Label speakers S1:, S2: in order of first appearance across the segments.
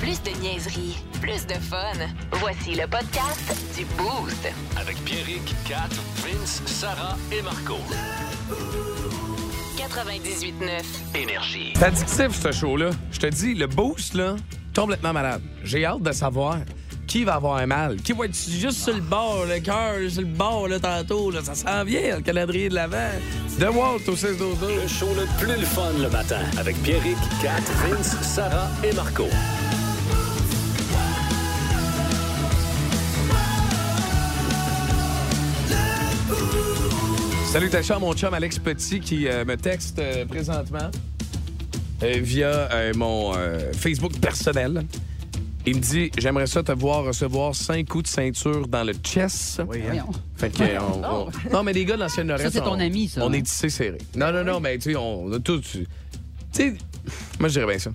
S1: Plus de niaiserie, plus de fun. Voici le podcast du Boost.
S2: Avec Pierrick, Kat, Vince, Sarah et Marco.
S1: 98.9.
S2: Énergie.
S3: C'est addictif, ce show-là. Je te dis, le boost, là, complètement malade. J'ai hâte de savoir qui va avoir un mal. Qui va être juste sur le bord, le cœur, sur le bord, là, tantôt. Là. Ça s'en vient, le calendrier de l'avant. De Walt au 6
S2: Le show le plus le fun le matin. Avec Pierrick, Kat, Vince, Sarah et Marco.
S3: Salutations à mon chum Alex Petit qui euh, me texte euh, présentement euh, via euh, mon euh, Facebook personnel. Il me dit J'aimerais ça te voir recevoir cinq coups de ceinture dans le chess.
S4: Voyons.
S3: Fait que, on- on- Non, mais les gars de l'ancienne Nord-Est.
S4: c'est ton
S3: on-
S4: ami, ça,
S3: On
S4: hein?
S3: est tissés serrés. Non, non, non, mais tu sais, on a tout. Tu sais, moi, je dirais bien ça.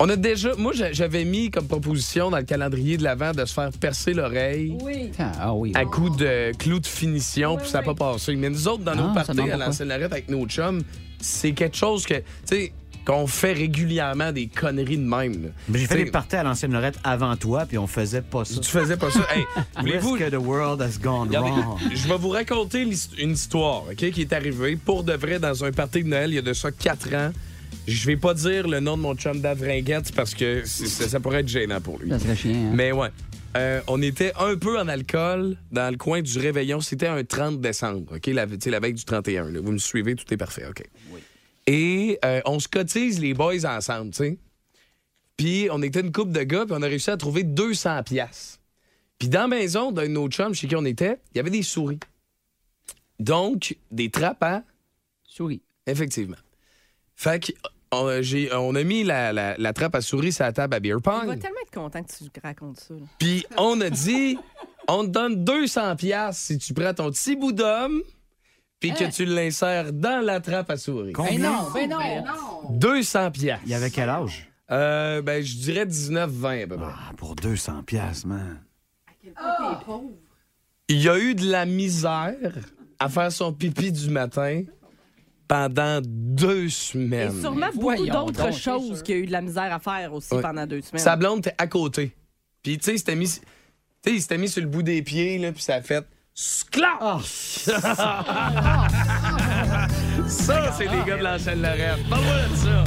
S3: On a déjà. Moi, j'a- j'avais mis comme proposition dans le calendrier de l'avant de se faire percer l'oreille
S4: Ah, ah oui.
S3: à coup de clou de finition, puis ça n'a pas passé. Mais nous autres, dans nos
S4: Ah, ça
S3: parties
S4: demande
S3: à
S4: pourquoi.
S3: l'ancienne Lorette avec nos chums, c'est quelque chose que. Tu sais, qu'on fait régulièrement des conneries de même. là.
S5: Mais j'ai fait
S3: Tu sais,
S5: des parties à l'ancienne Lorette avant toi, puis on faisait pas ça.
S3: Tu faisais pas ça. Hey,
S5: Where's
S3: voulez-vous.
S5: que the world has gone
S3: Regardez,
S5: wrong?
S3: je vais vous raconter l'his- une histoire ok, qui est arrivée pour de vrai dans un party de Noël il y a de ça quatre ans. Je vais pas dire le nom de mon chum d'Avringuette parce que c'est- ça, ça pourrait être gênant pour lui.
S4: Ça serait chiant. hein.
S3: Mais ouais. Euh, on était un peu en alcool dans le coin du réveillon. C'était un 30 décembre, OK? La, tu sais, la veille du 31. là. Vous me suivez, tout est parfait, OK? Et euh, on se cotise les boys ensemble, tu sais. Puis on était une couple de gars, puis on a réussi à trouver 200 piastres. Puis dans la maison d'un de nos chums chez qui on était, il y avait des souris. Donc, des trappes à
S4: Souris.
S3: Effectivement. Fait que, on, j'ai- on a mis la, la- la trappe à souris sur la table à beer pong.
S6: Il va tellement être content que tu racontes ça. là.
S3: Puis on a dit, on te donne 200 pièces si tu prends ton petit bout d'homme puis
S6: Hein?
S3: que tu l'insères dans la trappe à souris.
S4: Mais
S5: Combien?
S4: non, mais non.
S3: 200 pièces.
S5: Il y avait quel âge?
S3: Euh, ben je dirais 19 20 à peu près.
S5: Ah, pour 200 piastres, man.
S3: Il y a eu de la misère à faire son pipi du matin pendant deux
S6: Et
S3: semaines.
S6: sûrement beaucoup
S4: Hum. voyons
S6: d'autres
S4: donc,
S6: choses qu'il y a eu de la misère à faire aussi
S3: Ouais.
S6: pendant deux semaines.
S3: Sa blonde était à côté. Puis tu sais, il s'était mis tu sais, il s'était mis sur le bout des pieds là, puis ça a fait sclap. Ça, c'est des gars de l'enchaîne Lorette. Pas moi de ça.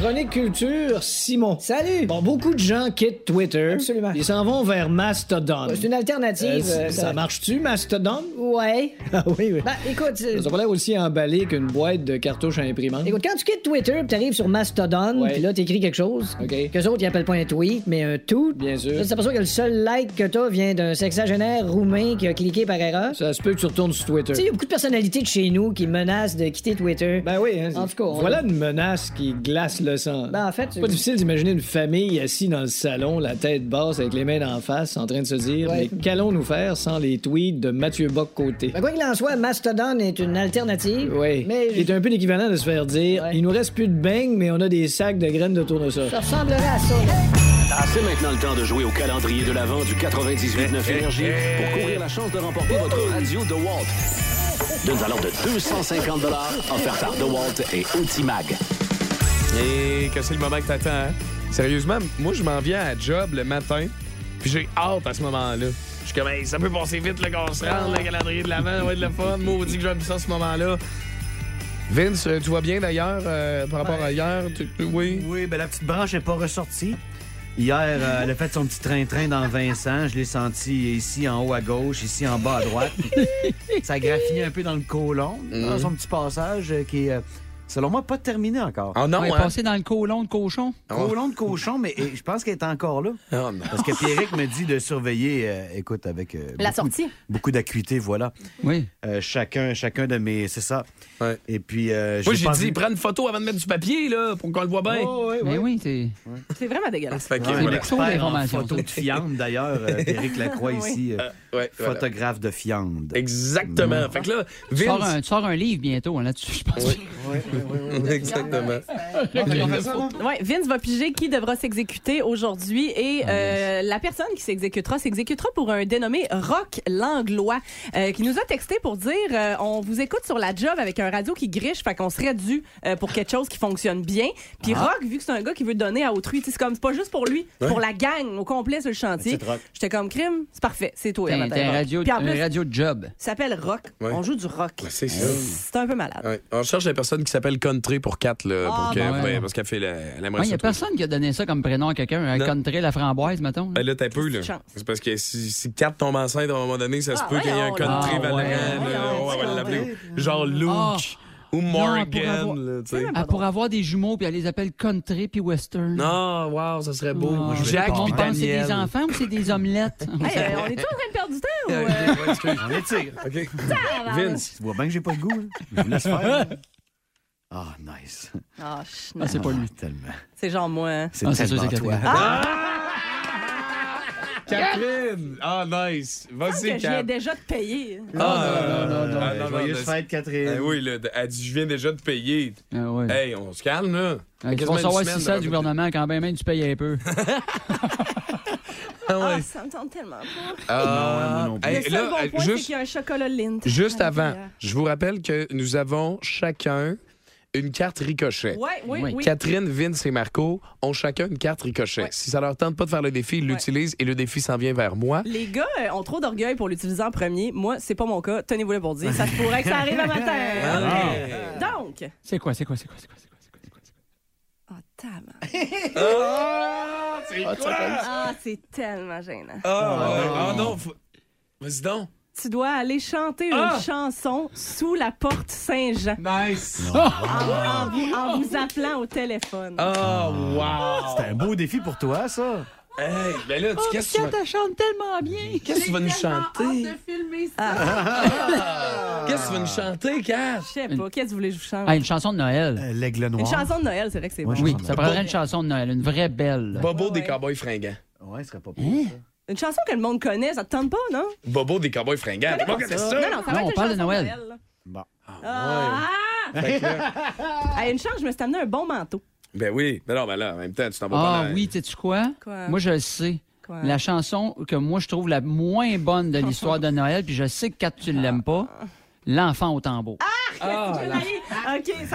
S7: Chronique culture, Simon. Salut! Bon, beaucoup de gens quittent Twitter. Absolument. Ils s'en vont vers Mastodon.
S8: C'est une alternative.
S7: Euh,
S8: euh,
S7: ça marche-tu, Mastodon?
S8: Ouais.
S7: Ah oui, oui.
S8: Ben, écoute, euh,
S7: ça a pas l'air aussi emballé qu'une boîte de cartouches à imprimante.
S8: écoute, quand tu quittes Twitter, puis t'arrives sur Mastodon,
S7: Ouais.
S8: puis là, t'écris quelque chose.
S7: OK.
S8: Que autres, ils appellent pas un tweet, mais un tout.
S7: Bien sûr.
S8: Là, tu t'aperçois que le seul like que t'as vient d'un sexagénaire roumain qui a cliqué par erreur. Tu
S7: Ça se peut que tu retournes sur Twitter.
S8: sais, il y a beaucoup de personnalités de chez nous qui menacent de quitter Twitter.
S7: Ben oui, hein,
S8: En
S7: c'est-
S8: tout cas, on-
S7: Voilà une menace qui glace le sang.
S8: Ben, en fait,
S7: c'est pas difficile d'imaginer une famille assise dans le salon, la tête basse avec les mains en face, en train de se dire
S8: Ouais.
S7: Mais qu'allons-nous faire sans les tweets de Mathieu Bock-Côté?
S8: Ben, quoi qu'il en soit, Mastodon est une alternative.
S7: Oui.
S8: Mais
S7: C'est un peu l'équivalent de se faire dire
S8: Ouais.
S7: il nous reste plus de beignes, mais on a des sacs de graines de tournesol.
S8: ça ressemblerait à ça.
S2: C'est maintenant le temps de jouer au calendrier de l'Avent du 98.9 Énergie pour courir la chance de remporter votre radio DeWalt. D'une valeur de 250 offerte par DeWalt et Ultimag.
S3: Et que c'est le moment que t'attends. hein? Sérieusement, moi, je m'en viens à job le matin, puis j'ai hâte à ce moment-là. Je suis comme, Hey, ça peut passer vite, là, qu'on se rende, le calendrier de l'avant, ça va être le fun. Maudit que j'aime ça, ce moment-là. Vince, euh, tu vas bien d'ailleurs euh, par rapport à hier? Tu- tu- oui.
S5: Oui, ben la petite branche n'est pas ressortie. Hier, euh, elle a fait son petit train-train dans Vincent. Je l'ai senti ici en haut à gauche, ici en bas à droite. Ça a graffiné un peu dans le côlon,
S3: Mhm.
S5: dans son petit passage euh, qui est, euh, selon moi, pas terminé encore.
S3: Ah non,
S4: On est
S3: hein?
S4: passé dans le colon de cochon.
S5: Côlon de cochon, mais euh, je pense qu'elle est encore là.
S3: Ah non.
S5: Parce que Pierrick me dit de surveiller, euh, écoute, avec euh,
S6: La
S5: beaucoup-
S6: sortie.
S5: beaucoup d'acuité, voilà.
S4: Oui.
S5: Euh, chacun, chacun de mes. C'est ça.
S3: Ouais.
S5: Et puis. euh,
S3: Moi,
S5: j'ai
S3: j'ai
S5: pas
S3: dit,
S5: vu-
S3: prends une photo avant de mettre du papier, là, pour qu'on le voit bien.
S4: Mais Ben oui, c'est.
S6: C'est vraiment dégueulasse.
S3: Fait que,
S5: Ouais,
S3: voilà.
S5: un expert
S4: Trop
S5: en
S4: d'informations,
S5: photo
S4: ça.
S5: de fiande, d'ailleurs, euh, Éric Lacroix ici, euh,
S3: Ouais, voilà.
S5: photographe de fiande.
S3: Exactement. Fait que là,
S4: Tu sors,
S3: Vince,
S4: un, tu sors un livre bientôt hein, là-dessus, je pense.
S3: Exactement.
S6: Ouais, Vince va piger qui devra s'exécuter aujourd'hui et euh, la personne qui s'exécutera s'exécutera pour un dénommé Rock Langlois euh, qui nous a texté pour dire euh, on vous écoute sur la job avec un radio qui griche, fait qu'on serait dû euh, pour quelque chose qui fonctionne bien. Puis Rock, vu que c'est un gars qui veut donner à autrui, tu sais, c'est comme c'est pas juste pour lui, pour la gang au complet sur le chantier.
S5: Petite Rock.
S6: J'étais comme crime, c'est parfait, c'est toi.
S4: T'es
S6: Jonathan
S4: t'es un
S6: Rock.
S4: radio,
S6: Puis en
S4: un
S6: plus,
S4: radio job.
S6: ça s'appelle Rock.
S3: Ouais.
S6: On joue du rock.
S3: Ouais, c'est ça.
S6: C'est un peu malade.
S3: Ouais. On cherche la personne qui s'appelle Country pour 4, là,
S6: Ah,
S3: pour que-
S4: bon.
S3: ben, parce qu'elle fait la, elle aimerait
S4: Il n'y
S3: ça
S4: a
S3: trouver.
S4: personne qui a donné ça comme prénom à quelqu'un. Un
S3: Non.
S4: country, la framboise, mettons. là.
S3: Ben là, t'as peu, là.
S6: Petite chance.
S3: C'est parce que si, si Kat tombe enceinte à un moment donné, ça se
S6: Ah,
S3: peut qu'il y ait un
S6: voyons, là.
S3: country
S4: Ah,
S3: Valérien,
S4: ouais.
S3: là.
S6: Voyons,
S3: Ouais, on va
S6: c'est
S3: l'appeler genre Luke
S4: Ah.
S3: ou Morgan,
S4: avoir-
S3: là, tu sais.
S4: Ah, pour avoir des jumeaux, puis elle les appelle country puis western.
S3: Ben, Non, wow, ça serait beau.
S4: Ah.
S3: Jack
S4: On
S3: puis
S4: pense que c'est
S3: Daniel.
S4: des enfants ou c'est des omelettes?
S6: Hey, euh, on est tous en train de perdre du temps ou, euh,
S3: Ouais, excuse.
S5: On étire.
S3: OK. Vince.
S5: Tu vois bien que j'ai pas le goût. là. Je vous laisse faire. là. Ah, nice.
S6: Ah, chut,
S4: Ah, c'est pas lui.
S5: Tellement.
S6: c'est genre moi. hein.
S5: C'est
S4: Ah, c'est sûr,
S5: tellement
S4: c'est
S5: toi.
S4: Catherine.
S3: Catherine. Ah, nice.
S6: Que
S3: Vas-y,
S6: je viens
S3: Kat.
S6: déjà de payer.
S3: Ah, non, non, non.
S5: Ah, Joyeuse fête, Catherine.
S3: Eh oui, là, elle dit, je viens déjà de payer.
S4: Ah, ouais.
S3: Hey, on se calme, là.
S4: Ah, ils
S3: euh, Quasiment
S4: vont
S3: une
S4: savoir
S3: semaine
S4: si ça
S3: de-
S4: du gouvernement, quand même, même tu payes un peu.
S3: Ah,
S6: Ah,
S3: ouais.
S6: ça me tente tellement pas.
S3: Ah,
S5: Non, moi non plus.
S3: hey,
S6: Le seul
S3: là, euh,
S6: bon point, c'est
S3: juste,
S6: qu'il y a un chocolat Lindt.
S3: juste
S6: Ah,
S3: avant,
S6: derrière.
S3: je vous rappelle que nous avons chacun une carte ricochet.
S6: Ouais, oui,
S4: Oui.
S6: oui.
S3: Catherine, Vince et Marco ont chacun une carte ricochet. Si ça leur tente pas de faire le défi, ils l'utilisent et le défi s'en vient vers moi.
S6: Les gars euh, ont trop d'orgueil pour l'utiliser en premier. Moi, c'est pas mon cas. Tenez-vous là pour dire. Ça se pourrait que ça arrive à matin.
S3: Ah.
S6: Donc.
S4: C'est quoi, c'est quoi, c'est quoi, c'est quoi, c'est quoi, c'est quoi, c'est quoi, c'est quoi?
S6: Ah, tellement.
S3: Ah, c'est quoi?
S6: Ah, c'est tellement gênant.
S3: Ah, ouais. Ah, non. faut- Vas-y donc.
S6: Tu dois aller chanter
S3: Ah.
S6: une chanson sous la porte Saint-Jean
S3: Nice.
S6: en, vous, en vous appelant au téléphone.
S3: Ah, wow.
S5: C'est un beau défi pour toi, ça.
S3: Hey, ben là, tu- qu'est-ce que tu vas-
S4: elle chante tellement bien!
S3: qu'est-ce que tu vas nous chanter? Qu'est-ce que tu vas nous chanter, Kat?
S6: Ah. Je sais pas. Qu'est-ce que vous voulez que je vous chante?
S4: Ah, une chanson de Noël.
S5: Euh, L'aigle noir.
S6: Une chanson de Noël, c'est vrai que c'est
S5: Ouais,
S6: bon.
S5: je-
S4: Oui, ça prendrait une chanson de Noël, une vraie belle.
S3: Bobo des
S6: ouais.
S3: cowboys fringants.
S5: Ouais, ce serait pas
S4: Hein?
S5: pire. ça.
S6: Une chanson que le monde connaît, ça te tente pas, non?
S3: Bobo des cowboys
S6: Ah,
S3: fringants. Bon, qu'est-ce que c'est ça?
S6: Non, non, ça va
S4: Non,
S6: être
S4: on
S6: une
S4: parle de
S6: chanson
S4: Noël.
S6: là.
S5: Bon.
S6: Ah! À une chance, je me suis amené un bon manteau.
S3: Ben oui. Mais non, ben là, en même temps, tu t'en vas pas
S4: Ah
S3: dans-
S4: oui, sais-tu quoi?
S6: Quoi?
S4: Moi, je le sais.
S6: Quoi?
S4: La chanson que moi, je trouve la moins bonne de l'histoire de Noël, puis je sais que quand tu l'aimes pas, l'enfant au tambour.
S6: OK, ça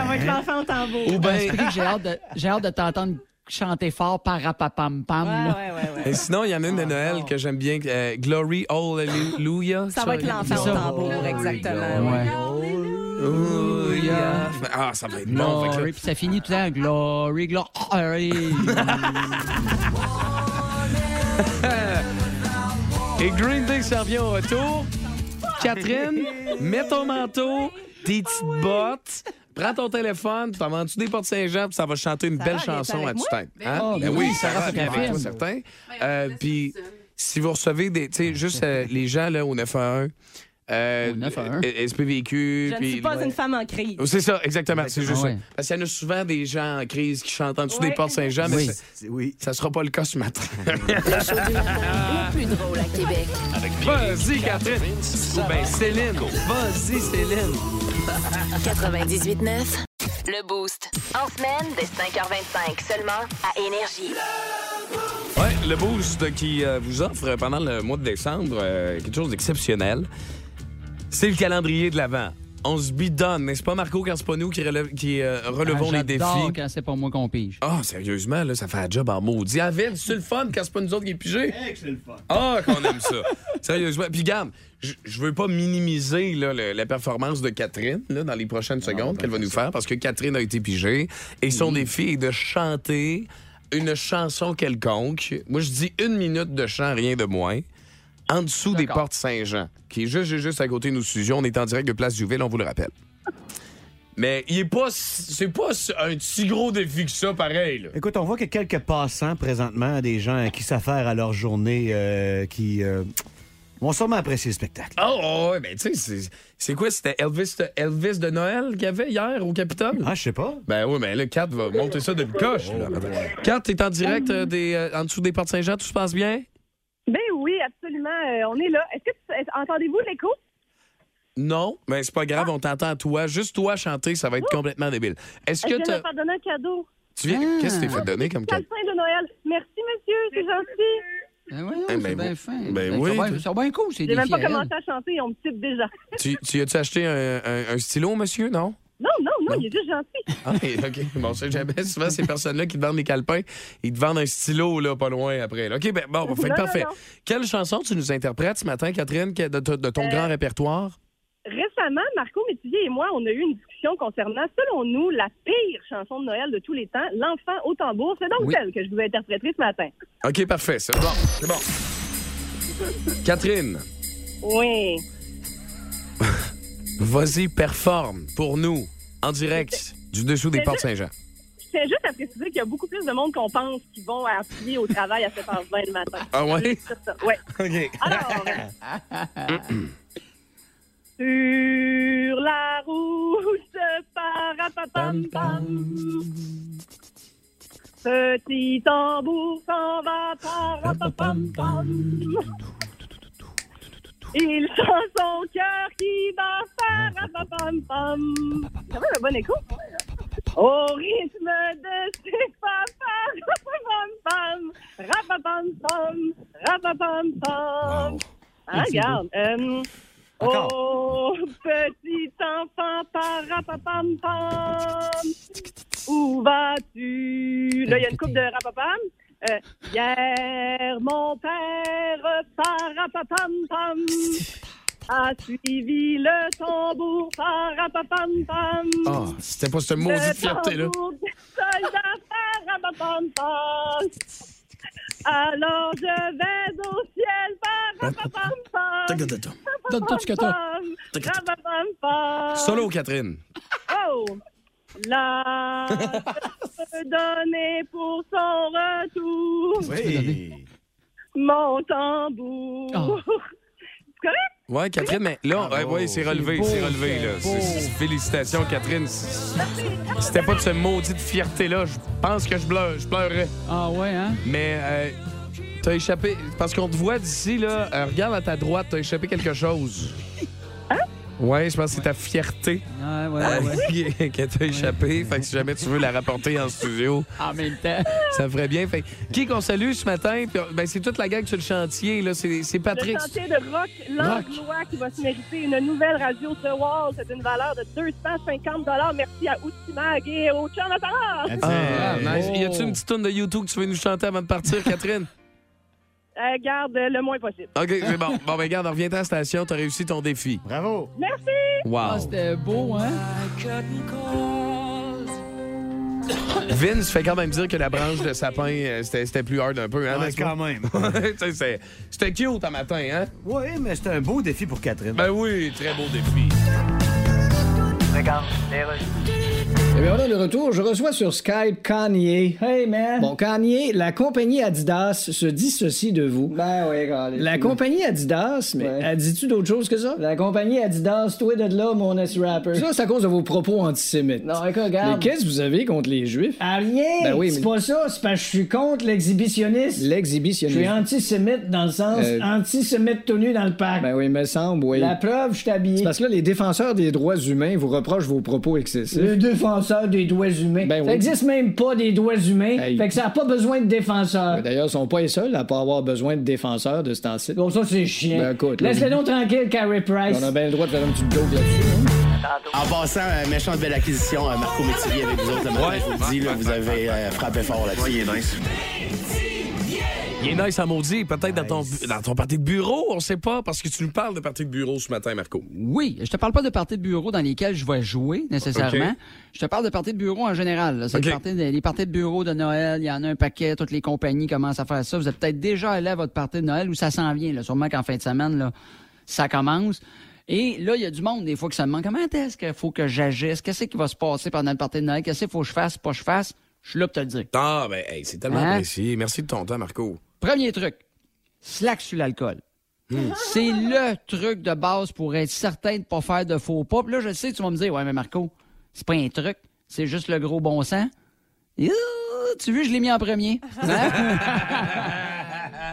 S6: va être l'enfant Ah, Hein? au tambour.
S4: Ou bien, j'ai hâte de, j'ai hâte de t'entendre chanter fort parapapam pam.
S6: Ouais,
S4: là.
S6: Ah, ouais, ouais, ouais.
S3: Et sinon, il y en a une de Noël que j'aime bien. euh, Glory Hallelujah.
S6: Ça va être l'enfant
S4: C'est
S6: au
S4: ça.
S6: tambour, exactement.
S4: Ouais.
S3: Hallelujah. Ah, ça va être bon. fait que
S4: Glory,
S3: là-
S4: puis ça finit tout le temps. Glory, glory.
S3: Et Green Day s'en vient au retour. Catherine, mets ton manteau, tes petites bottes, prends ton téléphone, puis t'en vends-tu des portes Saint-Jean, puis ça va chanter une belle
S6: elle est
S3: chanson à
S6: avec
S3: tout
S6: moi?
S3: temps. Hein?
S4: Ah,
S3: Ben
S4: ben
S3: oui,
S4: oui,
S3: ça
S4: Sarah
S3: reste avec
S4: Catherine.
S3: toi, certain. Euh, puis si vous recevez des. Tu sais, juste euh, les gens là, au 911. Euh,
S4: Au 911.
S3: euh, SPVQ.
S6: Je ne
S3: puis-
S6: suis pas une femme en crise.
S3: Oh, C'est ça, exactement. C'est juste
S4: Ah ouais.
S3: ça. Parce qu'il y en a souvent des gens en crise qui chantent en dessous
S6: Ouais.
S3: des portes Saint-Jean, Ah, mais
S4: Oui.
S3: ça-
S5: C'est- Oui.
S3: ça sera pas le cas ce matin.
S1: Le show du matin le plus drôle à Québec.
S2: Avec
S3: Vas-y, Catherine. Ou ben, Céline. Vas-y, Céline.
S1: 98.9. Le Boost. En semaine, dès 5h25 seulement à Énergie.
S3: Ouais, le boost qui euh, vous offre euh, pendant le mois de décembre euh, quelque chose d'exceptionnel. C'est le calendrier de l'Avent. On se bidonne, n'est-ce pas, Marco, quand c'est pas nous qui, relève- qui, euh, relevons
S4: Ah,
S3: les défis?
S4: j'adore quand c'est pas moi qu'on pige.
S3: Ah, sérieusement, là, ça fait un job en maudit. Ah, Vince, c'est le fun quand c'est pas nous autres qui est pigé.
S5: Eh, C'est le fun.
S3: Ah, qu'on aime ça. Sérieusement. Puis, garde, je je veux pas minimiser là, le- la performance de Catherine là, dans les prochaines secondes qu'elle va nous faire parce que Catherine a été pigée et son défi est de chanter une chanson quelconque. Moi, je dis une minute de chant, rien de moins. En dessous des
S4: D'accord.
S3: portes Saint-Jean, qui est juste, juste, juste à côté de nos studios. On est en direct de Place du Ville, on vous le rappelle. Mais il est pas, c'est pas un si gros défi que ça, pareil. là.
S5: Écoute, on voit que quelques passants présentement, des gens à qui s'affairent à leur journée, euh, qui euh, vont sûrement apprécier le spectacle.
S3: Oh, oh, ouais, mais tu sais, c'est- c'est quoi? C'était Elvis, Elvis de Noël qu'il y avait hier au Capitole?
S5: Ah, je sais pas.
S3: Ben oui, mais là, Kat va monter ça d'une coche. Là. Kat, t'es en direct euh, des, euh, en dessous des portes Saint-Jean, tout se passe bien?
S9: Ben oui, absolument. Euh, on est là. Est-ce que tu- est- entendez-vous l'écho?
S3: Non, mais c'est pas grave, on t'entend toi. Juste toi chanter, ça va être complètement débile. Est-ce que Ah.
S9: Je viens de
S3: t'as-
S9: me faire donner un cadeau.
S3: tu viens... Qu'est-ce que t'es fait donner comme cadeau?
S9: Calepin de Noël. Merci, monsieur, c'est gentil.
S4: Ben voyons,
S3: Eh ben
S4: c'est bien
S3: oui.
S4: fin.
S3: Ben
S4: ils sont
S3: oui,
S4: bien-
S3: toi.
S4: Ils sont bien cool, ces
S9: J'ai même
S4: défis à
S9: pas
S4: elle.
S9: commencé à chanter, on me type déjà.
S3: Tu, tu as-tu acheté un, un- un stylo, monsieur, non?
S9: Non, non, non, il est juste gentil.
S3: Ah, OK. Bon, ça, jamais. Souvent, ces personnes-là qui te vendent des calepins, ils te vendent un stylo, là, pas loin après. là. OK, ben, bon, fait que
S9: Non,
S3: parfait.
S9: non, non.
S3: Quelle chanson tu nous interprètes ce matin, Catherine, que- de, de
S9: Euh.
S3: ton grand répertoire?
S9: Récemment, Marco Métivier et moi, on a eu une discussion concernant, selon nous, la pire chanson de Noël de tous les temps, L'enfant au tambour. C'est donc
S4: Oui.
S9: celle que je vous interpréter ce matin.
S3: OK, parfait. C'est bon. C'est bon. Catherine,
S9: Oui.
S3: vas-y, performe pour nous, en direct du dessous des portes Saint-Jean.
S9: Je tiens juste à préciser qu'il y a beaucoup plus de monde qu'on pense qui vont appuyer au travail à 7h20 le matin.
S3: Ah ouais?
S9: C'est ça, ouais.
S3: OK.
S9: Alors. Sur la route, parapapam pam. Petit tambour s'en va, parapapam pam. Il sent son cœur qui va, parapapam pam. Ça va, le bon écho? Au rythme de ses papas, rapapam pam, rapapam pam, rapapam pam. Ah, regarde. Euh,
S5: Encore.
S9: Oh, petit enfant, parapapam pam, où vas-tu? Là, il y a une coupe de rapapam. Euh, hier, mon père, parapapam pam, a suivi le tambour, parapapam pam.
S3: Ah, c'était pas ce
S9: Euh,
S3: maudit fierté-là.
S9: Alors je vais au ciel, parapapam pam.
S4: Donne tout ce que t'as.
S9: Parapapam pam.
S3: Solo, Catherine.
S9: Oh! La se donner pour son retour,
S5: Oui.
S9: mon tambour.
S4: Oh.
S9: C'est correct?
S3: Ouais, Catherine, mais là, ouais, ouais, c'est relevé, c'est relevé, là. C'est- c'est- Félicitations, Catherine. C'est- C'était pas de ce maudit de fierté-là. Je pense que je pleure, je pleurerais.
S4: Ah ouais, hein?
S3: Mais euh, t'as échappé. Parce qu'on te voit d'ici, là. Euh, regarde à ta droite, t'as échappé quelque chose. Hein? Ouais, je pense que c'est ta fierté
S4: Ouais,
S3: Ah
S4: ouais, ouais.
S3: que t'as échappé. Fait que si jamais tu veux la rapporter en studio,
S4: En même temps.
S3: ça ferait bien. Fait que, qui qu'on salue ce matin? Puis, ben, c'est toute la gang sur le chantier, là. C'est c'est Patrick.
S9: Le chantier de rock Langlois qui va se mériter une nouvelle radio The Wall. C'est une valeur de 250 Merci à Outimag et au Chanatara.
S3: Ah,
S5: Hey.
S3: nice. Y a-tu une petite tune de YouTube que tu veux nous chanter avant de partir, Catherine?
S9: Euh, garde le moins possible.
S3: OK, c'est bon. Bon, ben, regarde, reviens à la station, t'as réussi ton défi.
S5: Bravo.
S9: Merci!
S3: Wow.
S4: Ah, c'était beau, hein?
S3: Vince fait quand même dire que la branche de sapin, euh, c'était c'était plus hard un peu, hein,
S5: Ouais,
S3: n'est-ce pas?
S5: Ah, quand même.
S3: Tu sais, c'est- C'était cute un matin, hein?
S5: Oui, mais c'était un beau défi pour Catherine.
S3: Ben oui, très beau défi.
S7: Eh bien, on a le retour. Je reçois sur Skype Kanye.
S8: Hey, man.
S7: Bon, Kanye, la compagnie Adidas se dissocie de vous.
S8: Ben oui, gars.
S7: La compagnie Adidas, mais
S8: Ouais.
S7: elle dis-tu d'autre chose que ça?
S8: La compagnie Adidas, toi de là, mon S-rapper.
S7: Ça, c'est à cause de vos propos antisémites.
S8: Non, écoute,
S7: Mais
S8: regarde.
S7: qu'est-ce que vous avez contre les Juifs?
S8: Ah, rien!
S7: Ben oui,
S8: c'est
S7: mais-
S8: pas ça, c'est parce que je suis contre l'exhibitionniste. Je suis
S7: L'exhibitionnisme.
S8: antisémite dans le sens
S7: Euh,
S8: antisémite tout nu dans le parc.
S7: Ben oui, me semble, oui.
S8: La preuve, je t'habille.
S7: C'est Parce que là, les défenseurs des droits humains vous reprochent vos propos excessifs.
S8: Le défenseur des doigts humains.
S7: Ben
S8: ça
S7: oui.
S8: existe même pas des doigts humains.
S7: Hey.
S8: Fait que ça a pas besoin de défenseur.
S7: Ben, D'ailleurs, ils sont pas les seuls à pas avoir besoin de défenseurs de ce temps-ci.
S8: Bon, ça, c'est chiant.
S7: Ben, écoute, là,
S8: Laisse-le
S7: oui.
S8: donc tranquille, Carrie Price.
S7: On a bien le droit de faire une petite joke là-dessus. hein?
S10: En passant, euh, méchante belle acquisition, euh, Marco Métivier avec vous autres le matin, je vous le dis, là, vous avez euh, frappé fort là-dessus.
S3: Il est nice à maudit, peut-être dans, ton, bu- dans ton parti de bureau, on sait pas, parce que tu nous parles de parti de bureau ce matin, Marco.
S4: Oui, je te parle pas de parties de bureau dans lesquelles je vais jouer nécessairement.
S3: Ok.
S4: Je te parle de parties de bureau en général. là. C'est
S3: Ok.
S4: le party de- les parties de bureau de Noël, il y en a un paquet, toutes les compagnies commencent à faire ça. Vous êtes peut-être déjà allé à votre partie de Noël où ça s'en vient, là. sûrement qu'en fin de semaine, là, ça commence. Et là, il y a du monde des fois qui se demande comment est-ce qu'il faut que j'agisse, qu'est-ce qui va se passer pendant le party de Noël, qu'est-ce qu'il faut que je fasse, pas que je fasse. Je suis là pour te le dire.
S3: Ah, ben, hey, c'est tellement
S4: Hein?
S3: apprécié. Merci de ton temps, Marco.
S4: Premier truc, slack sur l'alcool. C'est le truc de base pour être certain de pas faire de faux pas. Puis là, je sais, tu vas me dire, ouais, mais Marco, c'est pas un truc, c'est juste le gros bon sens. Youh, tu veux, je l'ai mis en premier. Hein?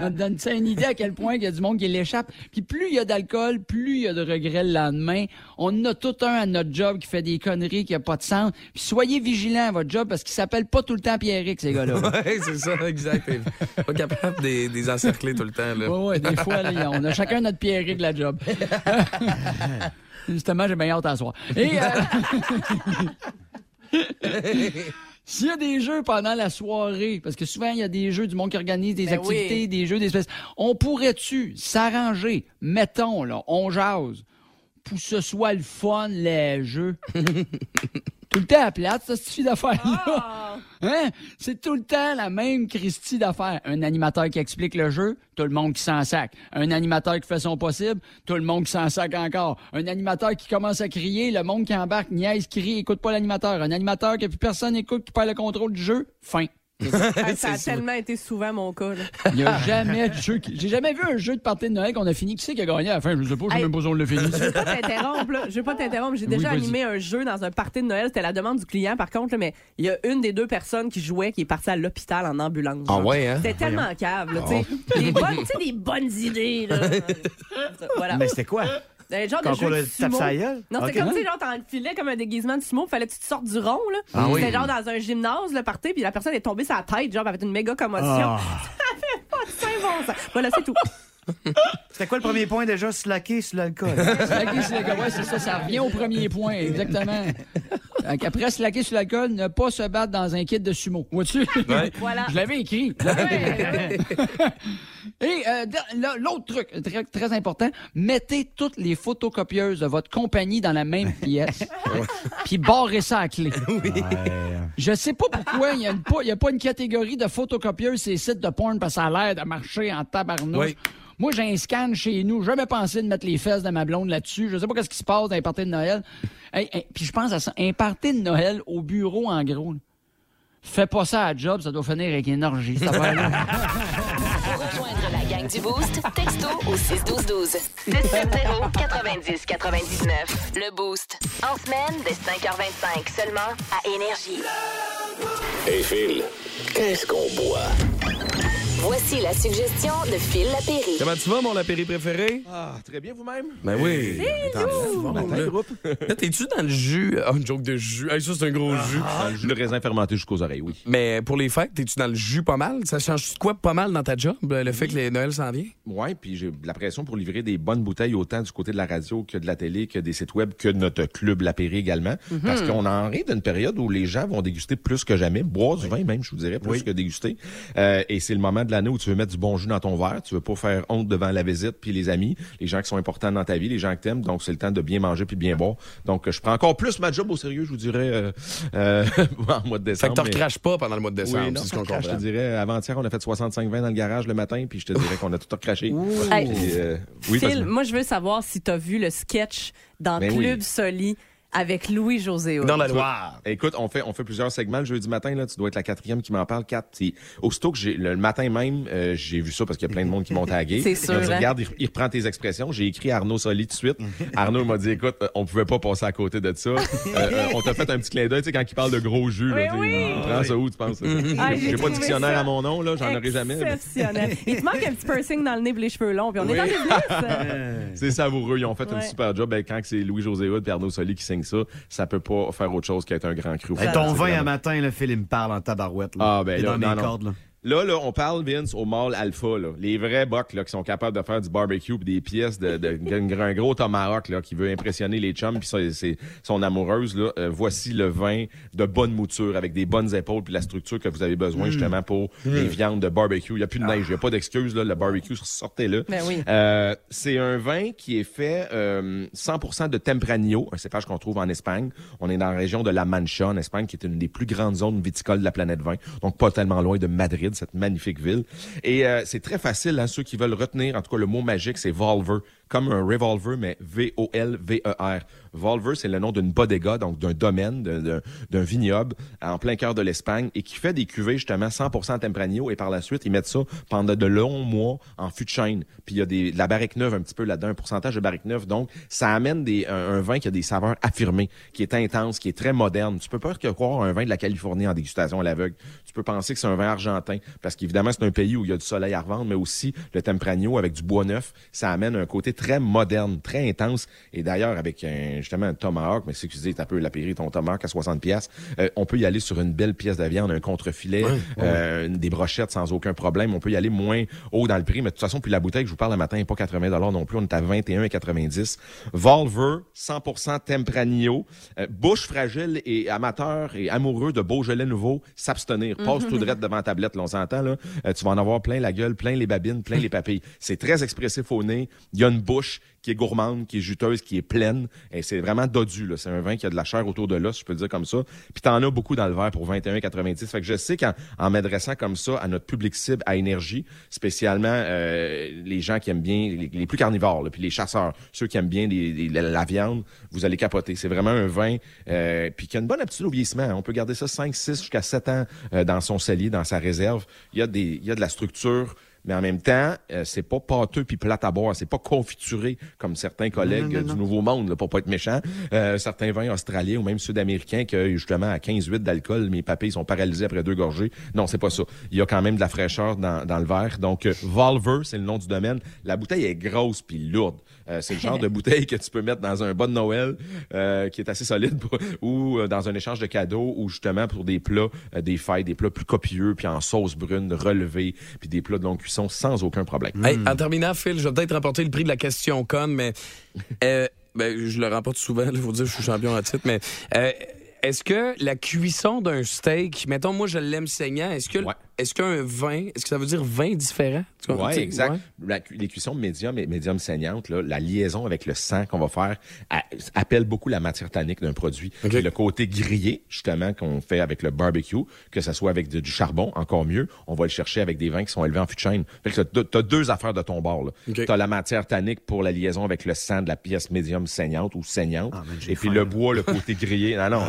S4: Ça te donne une idée à quel point il y a du monde qui l'échappe. Puis plus il y a d'alcool, plus il y a de regrets le lendemain. On en a tout un à notre job qui fait des conneries, qui a pas de sens. Puis soyez vigilants à votre job parce qu'ils s'appellent pas tout le temps Pierrick, ces gars-là.
S3: Ouais, c'est ça, exact. T'es Pas capable de les encercler tout le temps. Là.
S4: Ouais, ouais, des fois, là, on a chacun notre Pierrick de la job. Justement, j'ai bien hâte à soir. Et, euh, S'il y a des jeux pendant la soirée, parce que souvent il y a des jeux du monde qui organise des
S6: Ben oui.
S4: activités, des jeux d'espèces, on pourrait-tu s'arranger, mettons, là, on jase, pour que ce soit le fun, les jeux? tout le temps à plate, ça suffit d'affaires-là.
S6: Ah!
S4: Hein? C'est tout le temps la même Christie d'affaires. Un animateur qui explique le jeu, tout le monde qui s'en sac. Un animateur qui fait son possible, tout le monde qui s'en sac encore. Un animateur qui commence à crier, le monde qui embarque, niaise, crie, écoute pas l'animateur. Un animateur que plus personne écoute, qui perd le contrôle du jeu, fin.
S6: Ah, ça a tellement été souvent mon cas. là.
S4: Il n'y a jamais de jeu. qui- J'ai jamais vu un jeu de partie de Noël qu'on a fini. Qui c'est qui a gagné à la fin? Je sais pas, je sais
S6: Hey.
S4: même pas si on l'a fini.
S6: Je veux pas t'interrompre, là. Je veux pas t'interrompre. J'ai
S4: Oui,
S6: déjà
S4: vas-y.
S6: animé un jeu dans un party de Noël. C'était la demande du client, par contre, là, mais il y a une des deux personnes qui jouait qui est partie à l'hôpital en ambulance.
S3: Ah
S6: genre.
S3: ouais, hein?
S6: C'était tellement cave, là, tu sais.
S10: Ah.
S6: Des bonnes, tu sais, des bonnes idées, là. voilà.
S5: Mais Ben, c'était quoi?
S6: Un genre de
S5: Concours de
S6: jeu de
S5: tape
S6: sumo.
S5: sa gueule?
S6: Non, c'était
S5: Ok.
S6: comme si genre t'enfilais comme un déguisement de sumo, fallait que tu te sortes du rond là.
S3: Ah oui.
S6: C'était genre dans un gymnase le party, puis la personne est tombée sa tête, genre elle avait une méga commotion.
S5: Ah.
S6: Pas de saint bon sens. Voilà, c'est tout.
S5: C'était quoi le premier point déjà? Slacker sur l'alcool.
S4: Slacker sur l'alcool, ouais, c'est ça, ça revient au premier point, exactement. Fait qu'après slacker sur l'alcool, ne pas se battre dans un kit de sumo. Vois-tu?
S6: Voilà.
S4: Je l'avais écrit.
S6: Ouais.
S4: Et euh, de- là, l'autre truc très, très important, mettez toutes les photocopieuses de votre compagnie dans la même pièce, puis barrez ça à clé. Je sais pas pourquoi il n'y a, une- pas- il y a pas une catégorie de photocopieuses sur les sites de porn parce que ça a l'air de marcher en tabarnouche.
S3: Oui.
S4: Moi, j'ai un scan chez nous. Jamais pensé de mettre les fesses de ma blonde là-dessus. Je sais pas qu'est-ce qui se passe dans les parties de Noël. Hey, hey, puis je pense à ça. Un party de Noël au bureau, en gros. là. Fais pas ça à job, ça doit finir avec une énergie. Ça va
S1: Pour rejoindre la gang du Boost, texto au 612-12. 770-90-99. Le Boost. En semaine, dès 5h25 seulement à Énergie.
S2: Hey Phil, qu'est-ce qu'on boit?
S1: Voici la suggestion de Phil Lapéry.
S3: Comment tu vas, mon lapéry préféré?
S10: Ah, très bien vous-même.
S3: Ben oui. Attends,
S10: Matin,
S3: là.
S10: groupe.
S3: Là, t'es-tu dans le jus? Ah, une joke de jus. Hey, ça, c'est un gros jus.
S10: Ah, Le raisin fermenté jusqu'aux oreilles, oui.
S3: Mais pour les fêtes, t'es-tu dans le jus pas mal? Ça change quoi pas mal dans ta job, le fait que les Noël s'en vient?
S10: Oui, puis j'ai de la pression pour livrer des bonnes bouteilles autant du côté de la radio que de la télé, que des sites web, que de notre club Lapéry également. Parce qu'on en est d'une période où les gens vont déguster plus que jamais, boire du vin même, je vous dirais, plus que déguster. Euh, et c'est le moment de l'année où tu veux mettre du bon jus dans ton verre, tu veux pas faire honte devant la visite, puis les amis, les gens qui sont importants dans ta vie, les gens que t'aimes. Donc, c'est le temps de bien manger puis de bien boire. Donc, je prends encore plus ma job au sérieux, je vous dirais, euh, euh, en mois de
S3: Fait que
S10: décembre.
S3: t'en
S10: mais-
S3: recraches pas pendant le mois de
S10: Oui,
S3: décembre,
S10: non,
S3: c'est ce qu'on
S10: crache, je
S3: comprend.
S10: te dirais, avant-hier, on a fait 65-20 dans le garage le matin, puis je te dirais qu'on a tout recraché.
S6: Hey,
S10: Puis, euh, oui, parce
S6: Phil,
S10: que-
S6: moi, je veux savoir si t'as vu le sketch dans
S10: Ben oui.
S6: Club Soli avec Louis-José. Hood.
S3: Dans la Loire.
S10: Écoute, on fait, on fait plusieurs segments le jeudi matin. Là, tu dois être la quatrième qui m'en parle. Quatre. c'est- Aussitôt que j'ai le matin même, euh, j'ai vu ça parce qu'il y a plein de monde qui m'ont tagué.
S6: C'est
S10: Ils
S6: sûr,
S10: ont dit,
S6: hein?
S10: Regarde, il, il reprend tes expressions. J'ai écrit à Arnaud Soli tout de suite. Arnaud m'a dit, écoute, euh, on pouvait pas passer à côté de ça. Euh, euh, on t'a fait un petit clin d'œil, tu sais, quand il parle de gros jus.
S6: Oui,
S10: là, tu sais,
S6: oui.
S10: il prend ça où, tu penses?
S3: Mm-hmm.
S6: Ah, j'ai
S10: j'ai pas
S6: trouvé
S10: de dictionnaire
S6: ça
S10: à mon nom, là, j'en aurais jamais. mais-
S6: Exceptionnel. Il te manque un petit piercing dans le nez et les cheveux longs, puis on est
S10: Oui.
S6: dans le business.
S10: C'est savoureux. Ils ont fait
S6: Ouais.
S10: une super job. Ben, quand c'est Louis-José Hood et Arnaud Soli qui signent ça, ça peut pas faire autre chose qu'être un grand cru.
S5: Hey, ton
S10: C'est
S5: vin
S10: vraiment-
S5: à matin, le Phil, il me parle en tabarouette. Là.
S10: Ah, ben
S5: Il est
S10: là,
S5: dans
S10: non,
S5: mes
S10: non.
S5: cordes, là.
S10: Là, là, on parle, Vince, au mall alpha, là. Les vrais bocs, là, qui sont capables de faire du barbecue pis des pièces de, de, d'un- un gros tomahawk, là, qui veut impressionner les chums pis son, c'est- son amoureuse, là. Euh, voici le vin de bonne mouture avec des bonnes épaules puis la structure que vous avez besoin, justement, pour les viandes de barbecue. Il n'y a plus de neige, il n'y a pas d'excuse, là. Le barbecue, sortez-le.
S6: Ben oui.
S10: Euh, c'est un vin qui est fait euh, 100% de Tempranillo, un cépage qu'on trouve en Espagne. On est dans la région de La Mancha, en Espagne, qui est une des plus grandes zones viticoles de la planète vin. Donc, pas tellement loin de Madrid, cette magnifique ville. Et euh, c'est très facile, hein, ceux qui veulent retenir, en tout cas, le mot magique, c'est Volver. comme un revolver, mais V-O-L-V-E-R. E Volver, c'est le nom d'une bodega, donc d'un domaine, d'un- d'un d'un vignoble euh, en plein cœur de l'Espagne et qui fait des cuvées justement 100% Tempranillo et par la suite, ils mettent ça pendant de longs mois en fût de chêne. Puis il y a des, de la barrique neuve un petit peu là-dedans, un pourcentage de barrique neuve. Donc, ça amène des, un, un vin qui a des saveurs affirmées, qui est intense, qui est très moderne. Tu peux pas que croire un vin de la Californie en dégustation à l'aveugle. Tu peux penser que c'est un vin argentin parce qu'évidemment, c'est un pays où il y a du soleil à revendre, mais aussi le Tempranillo avec du bois neuf, ça amène un côté très moderne, très intense. Et d'ailleurs, avec un, justement un tomahawk, mais si tu dis, t'as peu la pairie, ton tomahawk à 60 pièces, on peut y aller sur une belle pièce de viande, un contrefilet, euh, des brochettes sans aucun problème. On peut y aller moins haut dans le prix, mais de toute façon, puis la bouteille que je vous parle le matin n'est pas 80 dollars non plus, on est à 21,90. Volver, 100% Tempranillo, Euh, bouche fragile et amateur et amoureux de Beaujolais nouveau, s'abstenir. Passe tout droit devant la tablette, là, on s'entend là. Euh, tu vas en avoir plein la gueule, plein les babines, plein les papilles. C'est très expressif au nez. Il y a une bouche qui est gourmande, qui est juteuse, qui est pleine. Et c'est vraiment dodu. là. C'est un vin qui a de la chair autour de l'os, je peux le dire comme ça. Puis t'en as beaucoup dans le verre pour 21,90. Fait que je sais qu'en en m'adressant comme ça à notre public cible à énergie, spécialement euh, les gens qui aiment bien les, les plus carnivores, là, puis les chasseurs, ceux qui aiment bien les- les- la, la viande, vous allez capoter. C'est vraiment un vin euh, puis qui a une bonne aptitude au vieillissement. hein. On peut garder ça 5, 6 jusqu'à 7 ans euh, dans son cellier, dans sa réserve. Il y a des il y a de la structure mais en même temps, euh, c'est pas pâteux puis plate à boire, c'est pas confituré comme certains collègues euh, du Nouveau Monde, là, pour pas être méchant. Euh, certains vins australiens ou même sud-américains que justement à 15-8 d'alcool, mes papilles sont paralysés après deux gorgées. Non, c'est pas ça. Il y a quand même de la fraîcheur dans, dans le verre. Donc, euh, Volver, c'est le nom du domaine. La bouteille est grosse puis lourde. Euh, c'est le genre de bouteille que tu peux mettre dans un bon Noël euh, qui est assez solide pour- ou euh, dans un échange de cadeaux ou justement pour des plats, euh, des fêtes, des plats plus copieux puis en sauce brune relevée puis des plats de longue cuisson sans aucun problème.
S3: Hey, en terminant, Phil, je vais peut-être remporter le prix de la question con, mais euh, ben, je le remporte souvent, il faut dire que je suis champion en titre, mais euh, est-ce que la cuisson d'un steak, mettons, moi, je l'aime saignant, est-ce que
S10: Ouais.
S3: est-ce qu'un vin, est-ce que ça veut dire vin différent? Tu vois,
S10: Oui,
S3: tu sais,
S10: exact.
S3: ouais.
S10: La cu- les cuissons médium et médium saignantes, là, la liaison avec le sang qu'on va faire a- appelle beaucoup la matière tannique d'un produit. Puis Le côté grillé, justement, qu'on fait avec le barbecue, que ce soit avec du, du charbon, encore mieux, on va le chercher avec des vins qui sont élevés en fût de chêne. Fait que t'as- t'as deux affaires de ton bord. là. T'as la matière tannique pour la liaison avec le sang de la pièce médium saignante ou saignante.
S3: Ah,
S10: et puis le bois, le côté grillé. Non, non, là,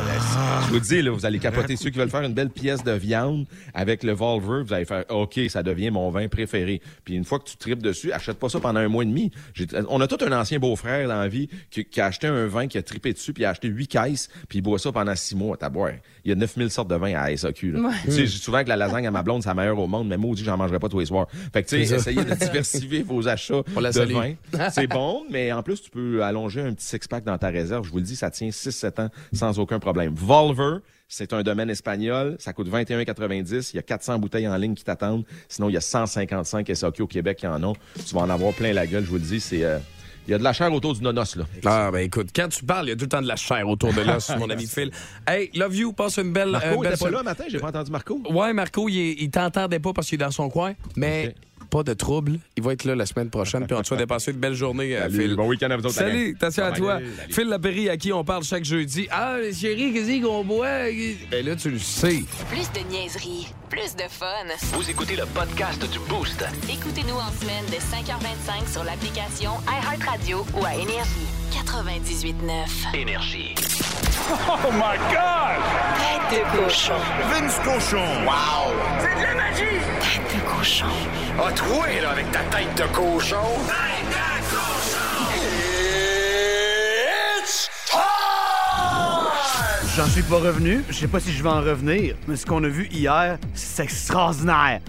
S10: je vous dis, là, vous allez capoter ceux qui veulent faire une belle pièce de viande avec le Volver, vous allez faire OK, ça devient mon vin préféré. Puis une fois que tu tripes dessus, achète pas ça pendant un mois et demi. J'ai- On a tout un ancien beau-frère dans la vie qui, qui a acheté un vin, qui a tripé dessus, puis il a acheté huit caisses, puis il boit ça pendant six mois. T'as boire. Il y a 9000 sortes de vins à SAQ. là.
S6: Ouais.
S10: Tu sais, je dis souvent que la lasagne à ma blonde, c'est la meilleure au monde, mais maudit, j'en mangerai pas tous les soirs. Fait que tu sais, essayez de diversifier vos achats
S3: la
S10: de
S3: salue.
S10: vin. C'est bon, mais en plus, tu peux allonger un petit six-pack dans ta réserve. Je vous le dis, ça tient 6-7 ans sans aucun problème. Volver, c'est un domaine espagnol. Ça coûte 21,90. Il y a 400 bouteilles en ligne qui t'attendent. Sinon, il y a 155 SAQ au Québec qui en ont. Tu vas en avoir plein la gueule, je vous le dis. C'est, euh, il y a de la chair autour du nonos, là.
S3: Ah, ben écoute, quand tu parles, il y a tout le temps de la chair autour de l'os, mon ami Phil. Hey, love you, passe une belle.
S10: Marco,
S3: euh, belle
S10: t'étais pas
S3: semaine.
S10: là matin? J'ai pas entendu Marco.
S3: Ouais, Marco, il, est- il t'entendait pas parce qu'il est dans son coin, mais pas de trouble. Il va être là la semaine prochaine. Puis on te souhaite de passer une belle journée, euh,
S10: Salut,
S3: Phil.
S10: bon week-end à vous autres,
S3: Salut,
S10: Alain.
S3: attention à
S10: Bye.
S3: toi.
S10: Salut, salut.
S3: Phil Lapéry, à qui on parle chaque jeudi. Ah, chérie, qu'est-ce qu'on boit? Ben là, tu le sais.
S1: Plus de niaiserie, plus de fun.
S2: Vous écoutez le podcast du Boost.
S1: Écoutez-nous en semaine de 5h25 sur l'application iHeartRadio ou à Énergie. 98.9.
S2: Énergie.
S1: Tête de cochon.
S11: Oh Vince Cochon. Wow! C'est de la magie!
S1: Tête de cochon.
S2: Ah,
S11: A troué, là, avec ta tête de cochon. Tête de cochon! It's time!
S5: J'en suis pas revenu. Je sais pas si je vais en revenir, mais ce qu'on a vu hier, c'est extraordinaire.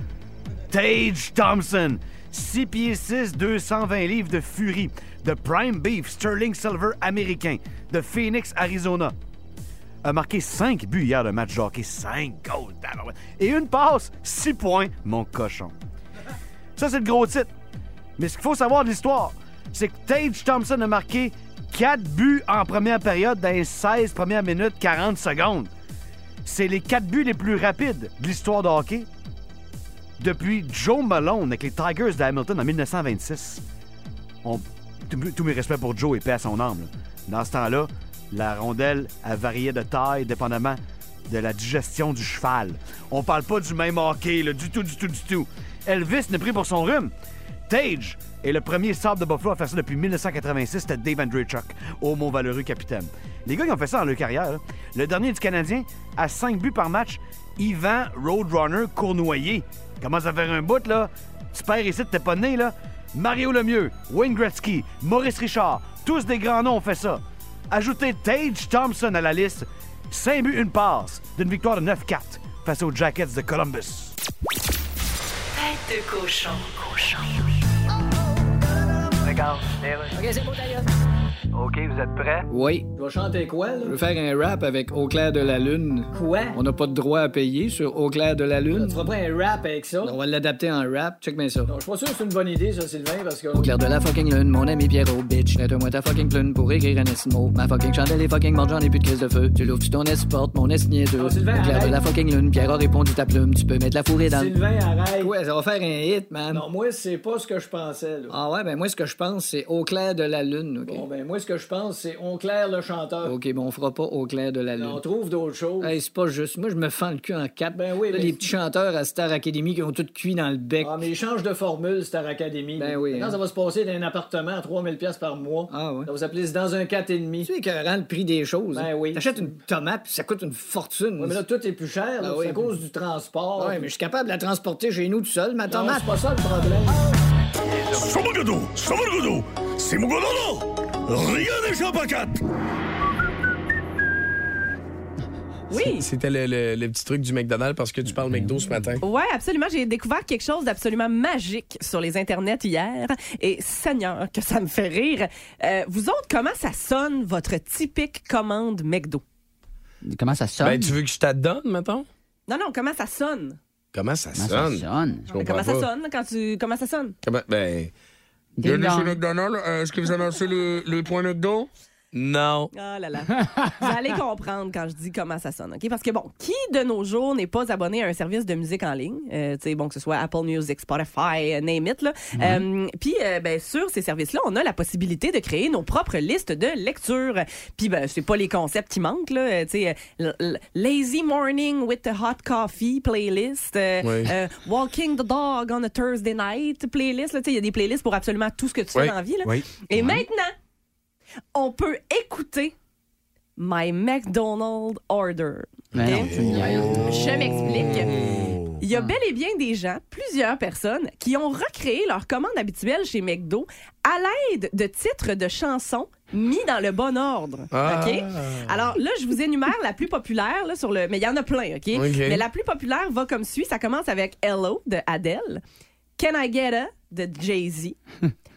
S5: Tage Thompson, 6 pieds 6, 220 livres de furie, de prime beef sterling silver américain, de Phoenix, Arizona. A marqué 5 buts hier de match de hockey, 5 goals, tabarouette. et une passe, 6 points, mon cochon. Ça, c'est le gros titre. Mais ce qu'il faut savoir de l'histoire, c'est que Tage Thompson a marqué 4 buts en première période dans les 16 premières minutes 40 secondes. C'est les 4 buts les plus rapides de l'histoire de hockey depuis Joe Malone avec les Tigers de Hamilton en 1926. On- tous tous mes respects pour Joe et paix à son âme. là. Dans ce temps-là, la rondelle a varié de taille dépendamment de la digestion du cheval. On parle pas du même hockey, là, du tout, du tout, du tout. Elvis n'est pris pour son rhume. Tage. Et le premier sable de Buffalo à faire ça depuis 1986, c'était Dave Andreychuk, au mont valeureux capitaine. Les gars, ils ont fait ça dans leur carrière. là. Le dernier du Canadien, à 5 buts par match, Yvan Roadrunner Cournoyer. Commence à faire un bout, là. Tu perds ici, t'es pas né, là. Mario Lemieux, Wayne Gretzky, Maurice Richard, tous des grands noms ont fait ça. Ajoutez Tage Thompson à la liste. 5 buts, une passe, d'une victoire de 9-4 face aux Jackets de Columbus.
S1: Tête de cochon. Cochon.
S7: OK, c'est bon, d'ailleurs.
S12: OK, vous êtes prêts?
S13: Oui.
S7: Tu vas chanter quoi, là?
S13: Je veux faire un rap avec Au clair de la lune.
S7: Quoi?
S13: On n'a pas de droit à payer sur Au clair de la lune.
S7: Tu feras pas un rap avec ça?
S13: On va l'adapter en rap. Check bien ça.
S7: Non, je suis pas sûr que c'est une bonne idée, ça, Sylvain, parce que...
S13: Au clair de la fucking lune, mon ami Pierrot, bitch. Nette-moi ta fucking plume pour écrire un esti de mot. Ma fucking chandelle est fucking morte, j'en ai plus de crise de feu. Tu l'ouvres, tu ton esti porte, mon esti niaiseux. Au
S7: Ah, Sylvain,
S13: clair de
S7: arrête.
S13: la fucking lune, Pierrot répond ta plume. Tu peux mettre la fourrée dans le.
S7: Sylvain, arrête.
S13: Ouais, ça va faire un hit, man.
S7: Non, moi, c'est pas ce que je pensais, là.
S13: Ah ouais, ben moi, ce que je pense, c'est Au clair de la lune, OK?
S7: Bon, ben, moi, ce que je pense, c'est On claire le chanteur.
S13: OK, bon, on fera pas Au clair de la lune.
S7: On trouve d'autres choses.
S13: Hey, c'est pas juste. Moi, je me fends le cul en quatre.
S7: Ben oui,
S13: Là,
S7: mais-
S13: Les petits chanteurs à Star Academy qui ont tout cuit dans le bec.
S7: Ah, mais ils changent de formule, Star Academy.
S13: Ben oui,
S7: Maintenant,
S13: hein.
S7: ça va se passer d'un appartement à 3000 pièces par mois.
S13: Ah ouais.
S7: Ça va s'appeler C'est dans un 4,5.
S13: Tu sais écœurant le prix des choses.
S7: Ben
S13: hein.
S7: oui.
S13: T'achètes une tomate, puis ça coûte une fortune.
S7: Ouais, mais là, tout est plus cher.
S13: Ah
S7: là. c'est
S13: oui.
S7: à cause du transport.
S13: Ouais, mais je suis capable de la transporter chez nous tout seul, ma
S7: Non,
S13: tomate.
S7: c'est pas ça le problème.
S11: Somagodo, Somagodo, c'est mon gododo. Rien n'échappe à quatre.
S6: Oui.
S3: C'était le, le- le petit truc du McDonald's parce que tu parles McDo ce matin.
S6: Oui, absolument. J'ai découvert quelque chose d'absolument magique sur les internets hier. Et Seigneur, que ça me fait rire. Euh, vous autres, comment ça sonne votre typique commande McDo?
S4: Comment ça sonne?
S3: Ben, tu veux que je t'adonne, mettons?
S6: Non, non, comment ça sonne?
S3: Comment ça
S4: Comment ça
S3: sonne?
S4: sonne?
S3: Je
S6: Mais
S3: comprends
S6: comment ça
S3: pas.
S6: sonne quand tu. Comment ça sonne?
S3: Comment- Ben.
S4: Ding
S3: Bienvenue
S4: dong.
S3: chez McDonald's. Euh, Est-ce que vous annoncez le, le point McDo? Non.
S6: Ah là là. Vous allez comprendre quand je dis comment ça sonne, OK? Parce que bon, qui de nos jours n'est pas abonné à un service de musique en ligne? Euh, tu sais, bon, que ce soit Apple Music, Spotify, euh, name it, là. Euh, Puis, euh, ben, sur ces services-là, on a la possibilité de créer nos propres listes de lecture. Puis, ben, c'est pas les concepts qui manquent, là. Euh, Tu sais, euh, l- Lazy Morning with a Hot Coffee playlist. euh,
S3: Oui.
S6: euh, Walking the Dog on a Thursday Night playlist. là. Tu sais, il y a des playlists pour absolument tout ce que tu
S3: Oui.
S6: fais dans la vie, là.
S5: Oui.
S6: Et maintenant, on peut écouter My McDonald's Order.
S4: Ben non,
S6: Ok?
S4: tu me niaises.
S6: Je m'explique. Il y a bel et bien des gens, plusieurs personnes, qui ont recréé leur commande habituelle chez McDo à l'aide de titres de chansons mis dans le bon ordre.
S3: Ah.
S6: OK? Alors là, je vous énumère la plus populaire là, sur le. Mais il y en a plein, OK? Mais la plus populaire va comme suit. Ça commence avec Hello de Adele, Can I Get a de Jay-Z,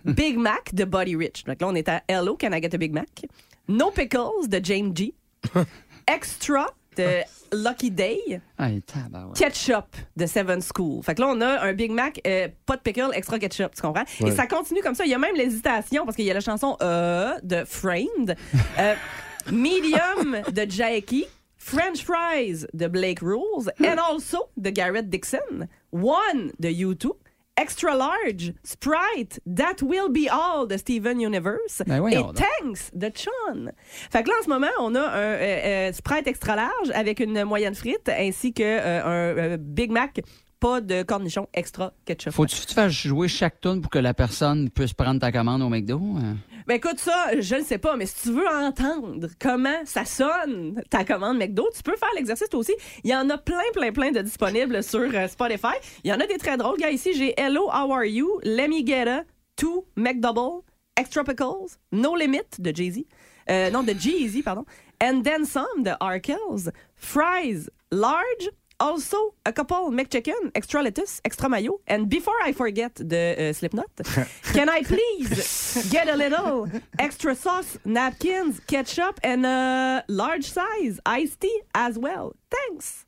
S6: Big Mac de Buddy Rich. Donc là, on est à Hello, Can I Get a Big Mac? No Pickles de James G. Extra de Lucky Day.
S4: Hey, tabarouette.
S6: Ketchup de Seven School. Fait que là, on a un Big Mac, euh, pas de pickle, extra ketchup, tu comprends? Et ça continue comme ça. Il y a même l'hésitation parce qu'il y a la chanson Euh de Framed, euh, Medium de Jackie, French Fries de Blake Rules, and also de Garrett Dixon, One de U2. Extra large, Sprite, That Will Be All de Steven Universe
S4: Ben
S6: et
S4: voyons donc.
S6: Thanks de Chon. Fait que là, en ce moment, on a un euh, euh, Sprite extra large avec une moyenne frite ainsi que euh, un euh, Big Mac, pas de cornichon extra ketchup.
S4: Faut-tu que tu fasses jouer chaque tune pour que la personne puisse prendre ta commande au McDo? hein?
S6: Ben écoute, ça, je ne sais pas, mais si tu veux entendre comment ça sonne ta commande McDo, tu peux faire l'exercice toi aussi. Il y en a plein, plein, plein de disponibles sur euh, Spotify. Il y en a des très drôles. Gars, ici, j'ai Hello, How Are You, Let Me Get A, Two, McDouble, Extra Pickles, No Limit de Jay-Z, euh, non, de Jay-Z, pardon, And Then Some de Arkells, Fries, Large, Also, a couple McChicken, extra lettuce, extra mayo, and before I forget de euh, Slipknot, can I please get a little extra sauce, napkins, ketchup, and a large size iced tea as well. Thanks.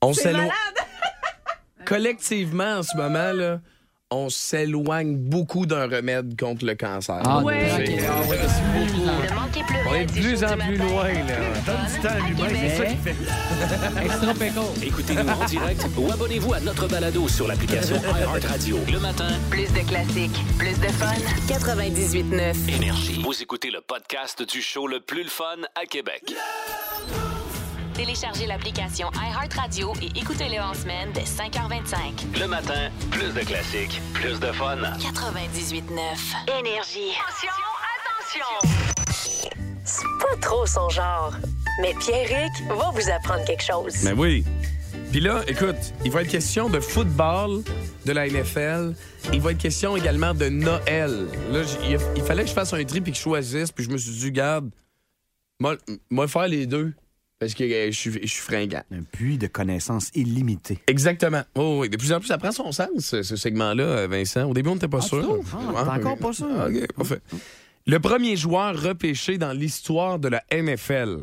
S3: On
S6: C'est
S3: s'éloigne.
S6: malade.
S3: Collectivement, en ce moment, là, on s'éloigne beaucoup d'un remède contre le cancer.
S4: Ah,
S6: Ouais.
S4: ok. Ah, ouais.
S1: Ne manquez plus
S3: On
S1: rien
S3: est de
S1: du
S3: plus
S1: show
S3: en
S1: du
S3: plus
S1: matin.
S3: loin, là.
S1: Bonne à Québec.
S4: Extra pickle.
S2: Écoutez-nous en direct ou abonnez-vous à notre balado sur l'application iHeartRadio. Le matin,
S1: Plus de classiques, plus de fun. 98.9.
S2: Énergie. Vous écoutez le podcast du show le plus le fun à Québec.
S1: Téléchargez l'application iHeartRadio et écoutez-le en semaine dès 5h25.
S2: Le matin, plus de classiques, plus de fun.
S1: 98.9 Énergie. Attention, attention!
S14: C'est pas trop son genre. Mais Pierrick va vous apprendre quelque chose.
S3: Mais Ben oui. Puis là, écoute, il va être question de football de la NFL. Il va être question également de Noël. Là, j- il, il fallait que je fasse un tri puis que je choisisse. Puis je me suis dit, garde, moi, moi faire les deux. Parce que euh, je suis je suis fringant.
S5: Un puits de connaissances illimitées.
S3: Exactement. Oh, oui, de plus en plus, ça prend son sens, ce, ce segment-là, euh, Vincent. Au début, on n'était pas sûr.
S5: Ah, t'es encore pas sûr? Mm,
S3: Ah, OK, parfait. Le premier joueur repêché dans l'histoire de la NFL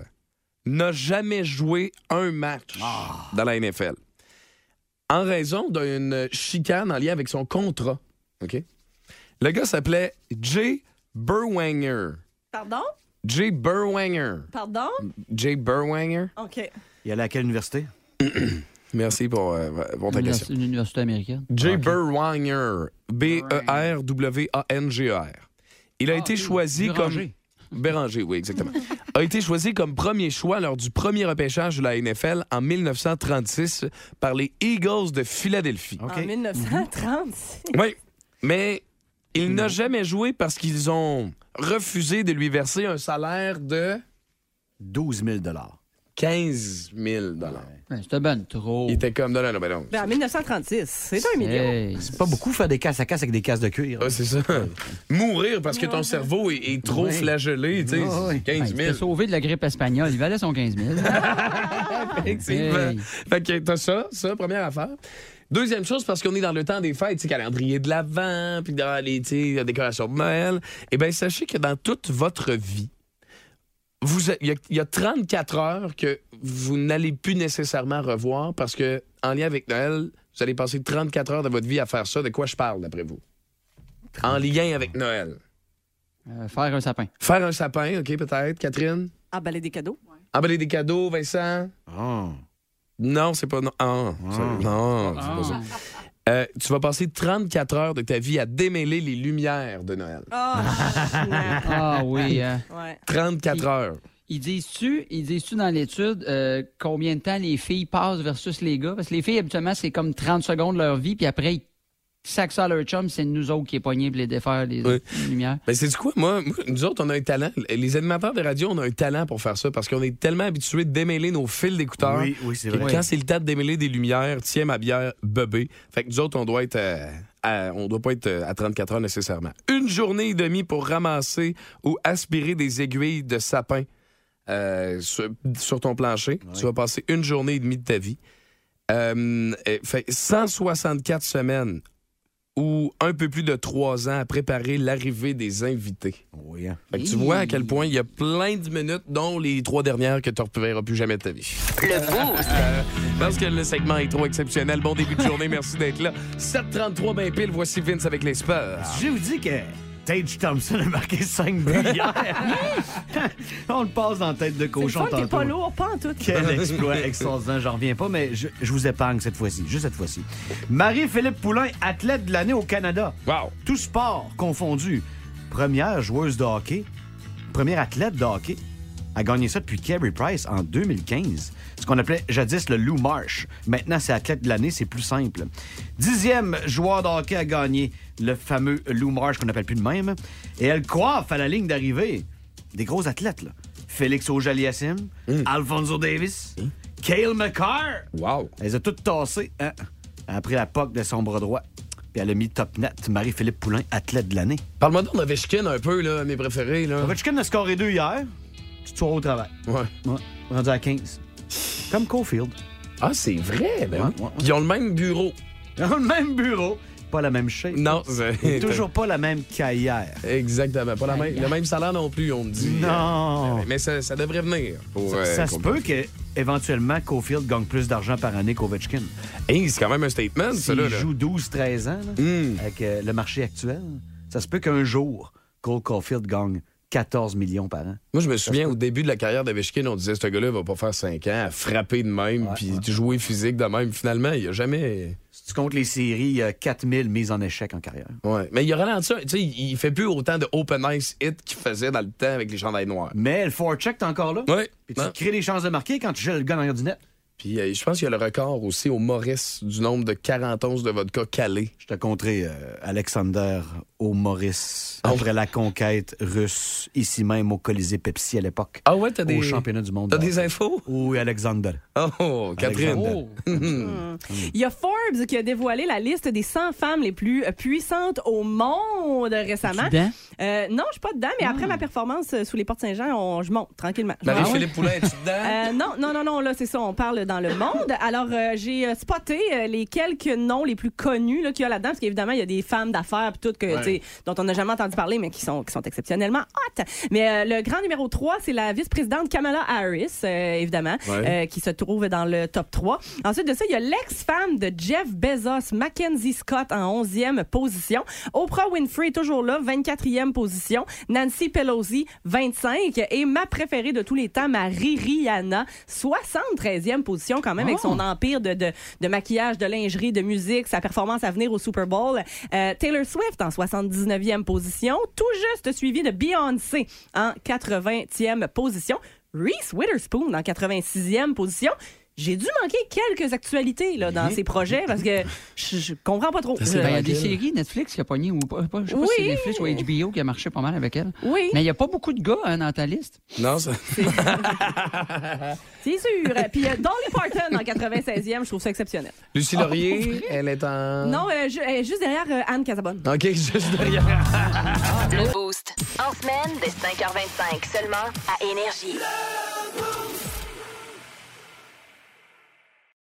S3: n'a jamais joué un match
S5: Ah.
S3: dans la NFL en raison d'une chicane en lien avec son contrat. OK? Le gars s'appelait Jay Burwanger.
S6: Pardon?
S3: Jay Burwanger.
S6: Pardon?
S3: Jay Burwanger.
S6: OK.
S3: Il allait à quelle université? Merci pour, euh, pour ta question.
S4: Université- Une université américaine.
S3: Jay Berwanger. B-E-R-W-A-N-G-E-R. E Il a été choisi
S4: Béranger.
S3: comme. Béranger, oui, exactement. a été choisi comme premier choix lors du premier repêchage de la NFL en 1936 par les Eagles de Philadelphie.
S6: En 1936.
S3: Oui, mais il n'a jamais joué parce qu'ils ont refusé de lui verser un salaire de
S5: 12 000
S3: 15 000
S4: C'était ben trop.
S3: Il était comme, non, non, non, ben non.
S6: Ben, en 1936, c'est un million.
S5: C'est pas beaucoup faire des casses à casse avec des casses de cuir.
S3: Ah, c'est ça. Mourir parce que ton cerveau est, est trop
S4: Oui.
S3: flagellé, tu sais,
S4: Ah, oui.
S3: 15
S4: Ben, il
S3: 000.
S4: s'était sauvé de la grippe espagnole. Il valait son 15 000.
S3: Effectivement.
S4: Hey.
S3: Fait que t'as ça, ça, première affaire. Deuxième chose, parce qu'on est dans le temps des fêtes, tu sais, calendrier de l'Avent, puis dans les, tu sais, la décoration de Noël. Eh bien, sachez que dans toute votre vie, vous a- il y, a- il y a 34 heures que vous n'allez plus nécessairement revoir parce que, en lien avec Noël, vous allez passer 34 heures de votre vie à faire ça. De quoi je parle, d'après vous? En lien avec Noël.
S4: Euh, faire un sapin.
S3: Faire un sapin, OK, peut-être. Catherine?
S6: Emballer Ah, ben, des cadeaux.
S3: Emballer des cadeaux, Vincent? Non, c'est pas non. Ah, c'est- Non, c'est pas ça. Euh, tu vas passer 34 heures de ta vie à démêler les lumières de Noël.
S4: Ah oui. hein.
S3: 34 heures.
S4: Ils disent-tu ils disent dans l'étude euh, combien de temps les filles passent versus les gars? Parce que les filles, habituellement, c'est comme 30 secondes de leur vie, puis après, ils sacent ça à leur chum, c'est nous autres qui est pognés pour les défaire, les les lumières.
S3: Ben, c'est du quoi? Moi, moi, nous autres, on a un talent. Les animateurs de radio, on a un talent pour faire ça parce qu'on est tellement habitués de démêler nos fils d'écouteurs.
S5: Oui, oui, c'est
S3: que
S5: vrai.
S3: Quand c'est le temps de démêler des lumières, tiens ma bière, bébé. Fait que nous autres, on doit être. euh, à- on doit pas être euh, à 34 heures nécessairement. Une journée et demie pour ramasser ou aspirer des aiguilles de sapin euh, sur, sur ton plancher. Tu vas passer une journée et demie de ta vie. Euh, et fait 164 semaines ou un peu plus de trois ans à préparer l'arrivée des invités.
S5: Oui. hein.
S3: Fait que tu vois à quel point il y a plein de minutes, dont les trois dernières que tu ne reverras plus jamais de ta vie.
S1: Le boost.
S3: Euh, parce que le segment est trop exceptionnel. Bon début de journée, merci d'être là. 7h33, ben pile, voici Vince avec les Spurs.
S5: Je vous dis que Tage Thompson a marqué 5 buts hier. On le passe dans la tête de
S6: C'est le
S5: cochon
S6: fun, t'es
S5: tantôt.
S6: pas lourd, pas en tout.
S5: Quel exploit extraordinaire, j'en reviens pas, mais je, je vous épargne cette fois-ci, juste cette fois-ci. Marie-Philippe Poulain, athlète de l'année au Canada.
S3: Wow.
S5: Tout sport confondu. Première joueuse de hockey, première athlète de hockey a gagné ça depuis Carey Price en 2015. Ce qu'on appelait jadis le Lou Marsh. Maintenant, c'est athlète de l'année, c'est plus simple. Dixième joueur de hockey à gagner le fameux Lou Marsh qu'on n'appelle plus de même. Et elle coiffe à la ligne d'arrivée des gros athlètes, là. Félix Auger-Aliassime, Alfonso Davis, Cale McCarr.
S3: Wow.
S5: Elle les a toutes tassées, hein. Après la poque de son bras droit. Puis elle a mis top net. Marie-Philippe Poulain, athlète de l'année.
S3: Parle-moi donc Ovechkin un peu, là, mes préférés. Là.
S5: Ovechkin a scoré deux hier. Tu te au travail.
S3: Ouais.
S5: Rendu à 15. Comme Cofield.
S3: Ah, c'est vrai, ben oui. Puis
S5: Ils
S3: ont le même bureau.
S5: Ils ont le même bureau. Pas la même shape.
S3: Non, c'est-
S5: Et toujours pas la même qu'hier.
S3: Exactement. Pas la même- le même salaire non plus, on me dit.
S5: Non.
S3: Euh, Mais ça, ça devrait venir. Pour,
S5: Ça,
S3: euh,
S5: ça se
S3: qu'on-
S5: peut qu'éventuellement, Cofield gagne plus d'argent par année qu'Ovechkin.
S3: Hey, c'est quand même un statement, ça,
S5: S'il
S3: là. Hmm. là.
S5: joue 12-13 ans, là, avec euh, le marché actuel, ça se peut qu'un jour, Cole Caulfield gagne 14 millions par an.
S3: Moi, je me souviens, au début de la carrière d'Avechkin, on disait, ce gars-là va pas faire 5 ans, à frapper de même, puis jouer physique de même. Finalement, il a jamais...
S5: Si tu comptes les séries, il y a 4000 mises en échec en carrière.
S3: Ouais. Mais il a ralenti, un- tu sais, il il fait plus autant de open ice hits qu'il faisait dans le temps avec les chandails noirs.
S5: Mais le forecheck, t'es encore là.
S3: Oui.
S5: Puis tu crées des chances de marquer quand tu gèles le gars dans le du net.
S3: Puis euh, je pense qu'il y a le record aussi au Maurice du nombre de 40 onces de vodka calé.
S5: Je te compterai euh, Alexander au Maurice
S3: Oh.
S5: après la conquête russe, ici même au Colisée Pepsi à l'époque.
S3: Ah ouais, t'as des-
S5: Au championnat du monde.
S3: t'as des infos?
S5: Oui, Alexander.
S3: Oh, Catherine.
S6: Il y a Forbes qui a dévoilé la liste des 100 femmes les plus euh, puissantes au monde récemment.
S3: Es-tu dedans?
S6: Euh, non, je suis pas dedans, mais après ma performance euh, sous les portes Saint-Jean, on- je monte tranquillement. Ah Je monte.
S3: Marie-Philippe Poulin, es-tu dedans?
S6: Euh, non, non, non, non, là, c'est ça, on parle dans le monde. Alors, euh, j'ai euh, spoté euh, les quelques noms les plus connus là, qu'il y a là-dedans, parce qu'évidemment, il y a des femmes d'affaires pis tout, que,
S15: Ouais.
S6: tu sais, dont on n'a jamais entendu parler, mais qui sont, qui sont exceptionnellement hot. Mais euh, le grand numéro 3, c'est la vice-présidente Kamala Harris, euh, évidemment,
S15: Ouais.
S6: euh, qui se trouve dans le top 3. Ensuite de ça, il y a l'ex-femme de Jeff Bezos, Mackenzie Scott, en 11e position. Oprah Winfrey, toujours là, 24e position. Nancy Pelosi, 25. Et ma préférée de tous les temps, Marie Rihanna, 73e position quand même, avec
S15: Oh.
S6: son empire de, de, de maquillage, de lingerie, de musique, sa performance à venir au Super Bowl. Euh, Taylor Swift en 79e position, tout juste suivi de Beyoncé en 80e position. Reese Witherspoon en 86e position. J'ai dû manquer quelques actualités là, dans ces projets parce que je, je comprends pas trop.
S4: Ben,
S6: Euh, Je-
S4: Il y a des séries Netflix qui a pogné, ou pas, pas- je sais pas
S6: Oui.
S4: si c'est Netflix ou HBO qui a marché pas mal avec elle.
S6: Oui.
S4: Mais il n'y a pas beaucoup de gars hein, dans ta liste.
S3: Non, ça...
S6: C'est sûr. Puis euh, Dolly Parton en 96e, je trouve ça exceptionnel.
S3: Lucie Laurier, elle est en...
S6: Non, euh, ju- euh, juste derrière euh, Anne Casabonne.
S3: OK, juste derrière.
S1: Le Boost. En semaine, dès 5h25, seulement à Énergie.